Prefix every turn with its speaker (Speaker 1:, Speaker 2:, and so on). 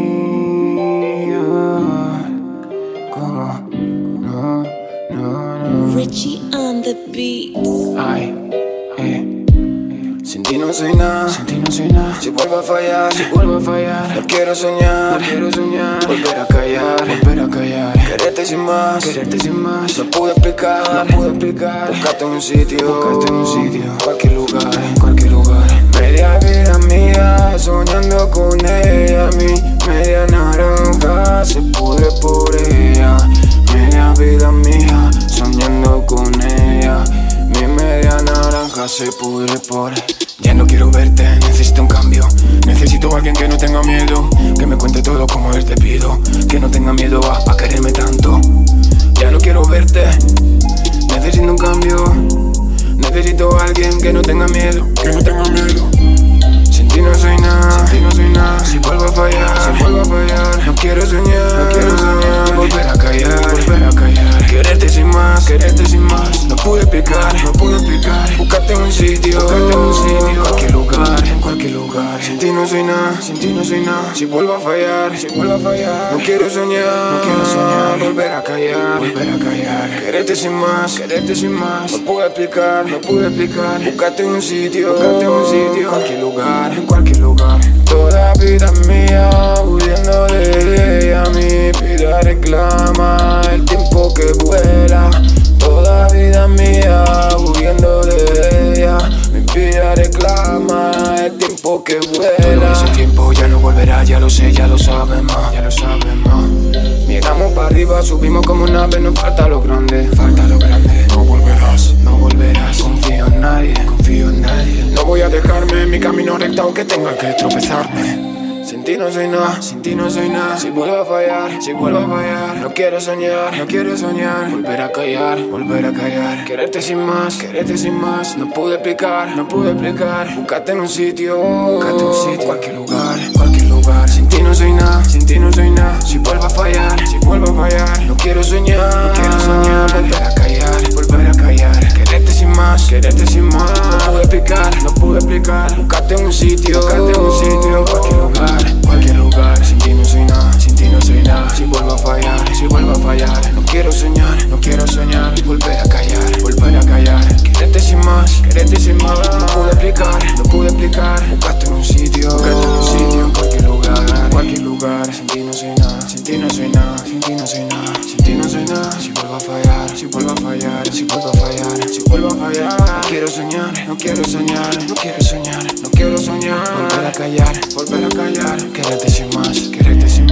Speaker 1: Ey, ah, ¿Cómo? No, no, no.
Speaker 2: Richie on the beats.
Speaker 1: Ay, eh. Sin ti no soy nada. Sin ti no soy nada. Si vuelvo a fallar, si vuelvo a fallar. No quiero soñar, no quiero soñar. Volver a callar, volver a callar. Quererte sin más, quererte sin más. No pude explicar, no pude explicar. Buscarte en un sitio, buscarte en un sitio. Cualquier lugar, en cualquier lugar. Media vida mía, soñando con ella. Mi media naranja se pudre por ella. Media vida mía, soñando con ella. Mi media naranja se pudre por Ya no quiero verte, necesito un cambio Necesito a alguien que no tenga miedo Que me cuente todo como él te pido Que no tenga miedo a, a quererme tanto Ya no quiero verte Necesito un cambio Necesito a alguien que no tenga miedo Que no tenga miedo sin ti no soy nada, sin ti no soy nada. Si vuelvo a fallar, si vuelvo a fallar. No quiero soñar, no quiero soñar. Volver a callar, volver a callar. Quererte sin más, quererte sin más. No pude explicar, no pude explicar. Buscarte en un sitio, buscarte en un sitio. En cualquier lugar, en cualquier lugar. Sin ti no soy nada, sin ti no soy nada. Si vuelvo a fallar, si vuelvo a fallar. No quiero soñar, no quiero soñar. Volver a callar, volver a callar. Quererte sin más, quererte sin más. No pude explicar, no pude explicar. Buscarte en un sitio, buscarte en un sitio. En cualquier lugar, en cualquier lugar. Toda vida mía, huyendo de ella. Mi vida reclama el tiempo que vuela. Toda vida mía, huyendo de ella. Mi vida reclama el tiempo que vuela. Todo ese tiempo ya no volverá, ya lo sé, ya lo sabemos. Ya lo sabemos. Miramos para arriba, subimos como nave, nos falta lo grande. Falta lo grande. No volverás, no volverás. Confío en nadie, confío en nadie. No voy a dejarme en mi camino recto aunque tenga que tropezarme. Sin ti no soy nada, sin ti no soy nada. Si vuelvo a fallar, si vuelvo a fallar. No quiero soñar, no quiero soñar. Volver a callar, volver a callar. Quererte sin más, quererte sin más. No pude explicar, no pude explicar. Buscate en un sitio, buscate un sitio. Cualquier lugar, cualquier lugar. Sin ti no soy nada, sin ti no soy nada. Si vuelvo a fallar, si vuelvo a fallar. No quiero soñar, no quiero soñar. Volver a callar, volver a callar. Quererte sin más, quererte sin más. No pude explicar, no pude explicar. Buscate un sitio, buscate un sitio. Cualquier lugar, cualquier lugar. Sin ti no soy nada, sin ti no soy nada. Si vuelvo a fallar, si vuelvo a fallar. No quiero soñar, no quiero soñar. Volver a callar, volver a callar. Quererte sin más, quererte sin más. No pude explicar, no pude explicar. Buscate un sitio, buscate un sitio. En cualquier lugar, en cualquier lugar. Sin ti no soy nada, sin ti no soy nada. Sin ti no soy nada, sin ti no soy nada. Si vuelvo a fallar, si vuelvo a fallar. Si vuelvo a fallar, si vuelvo a fallar. No quiero soñar, no quiero soñar. No quiero soñar, no quiero soñar. Volver a callar, volver a callar. Quédate sin más, quédate sin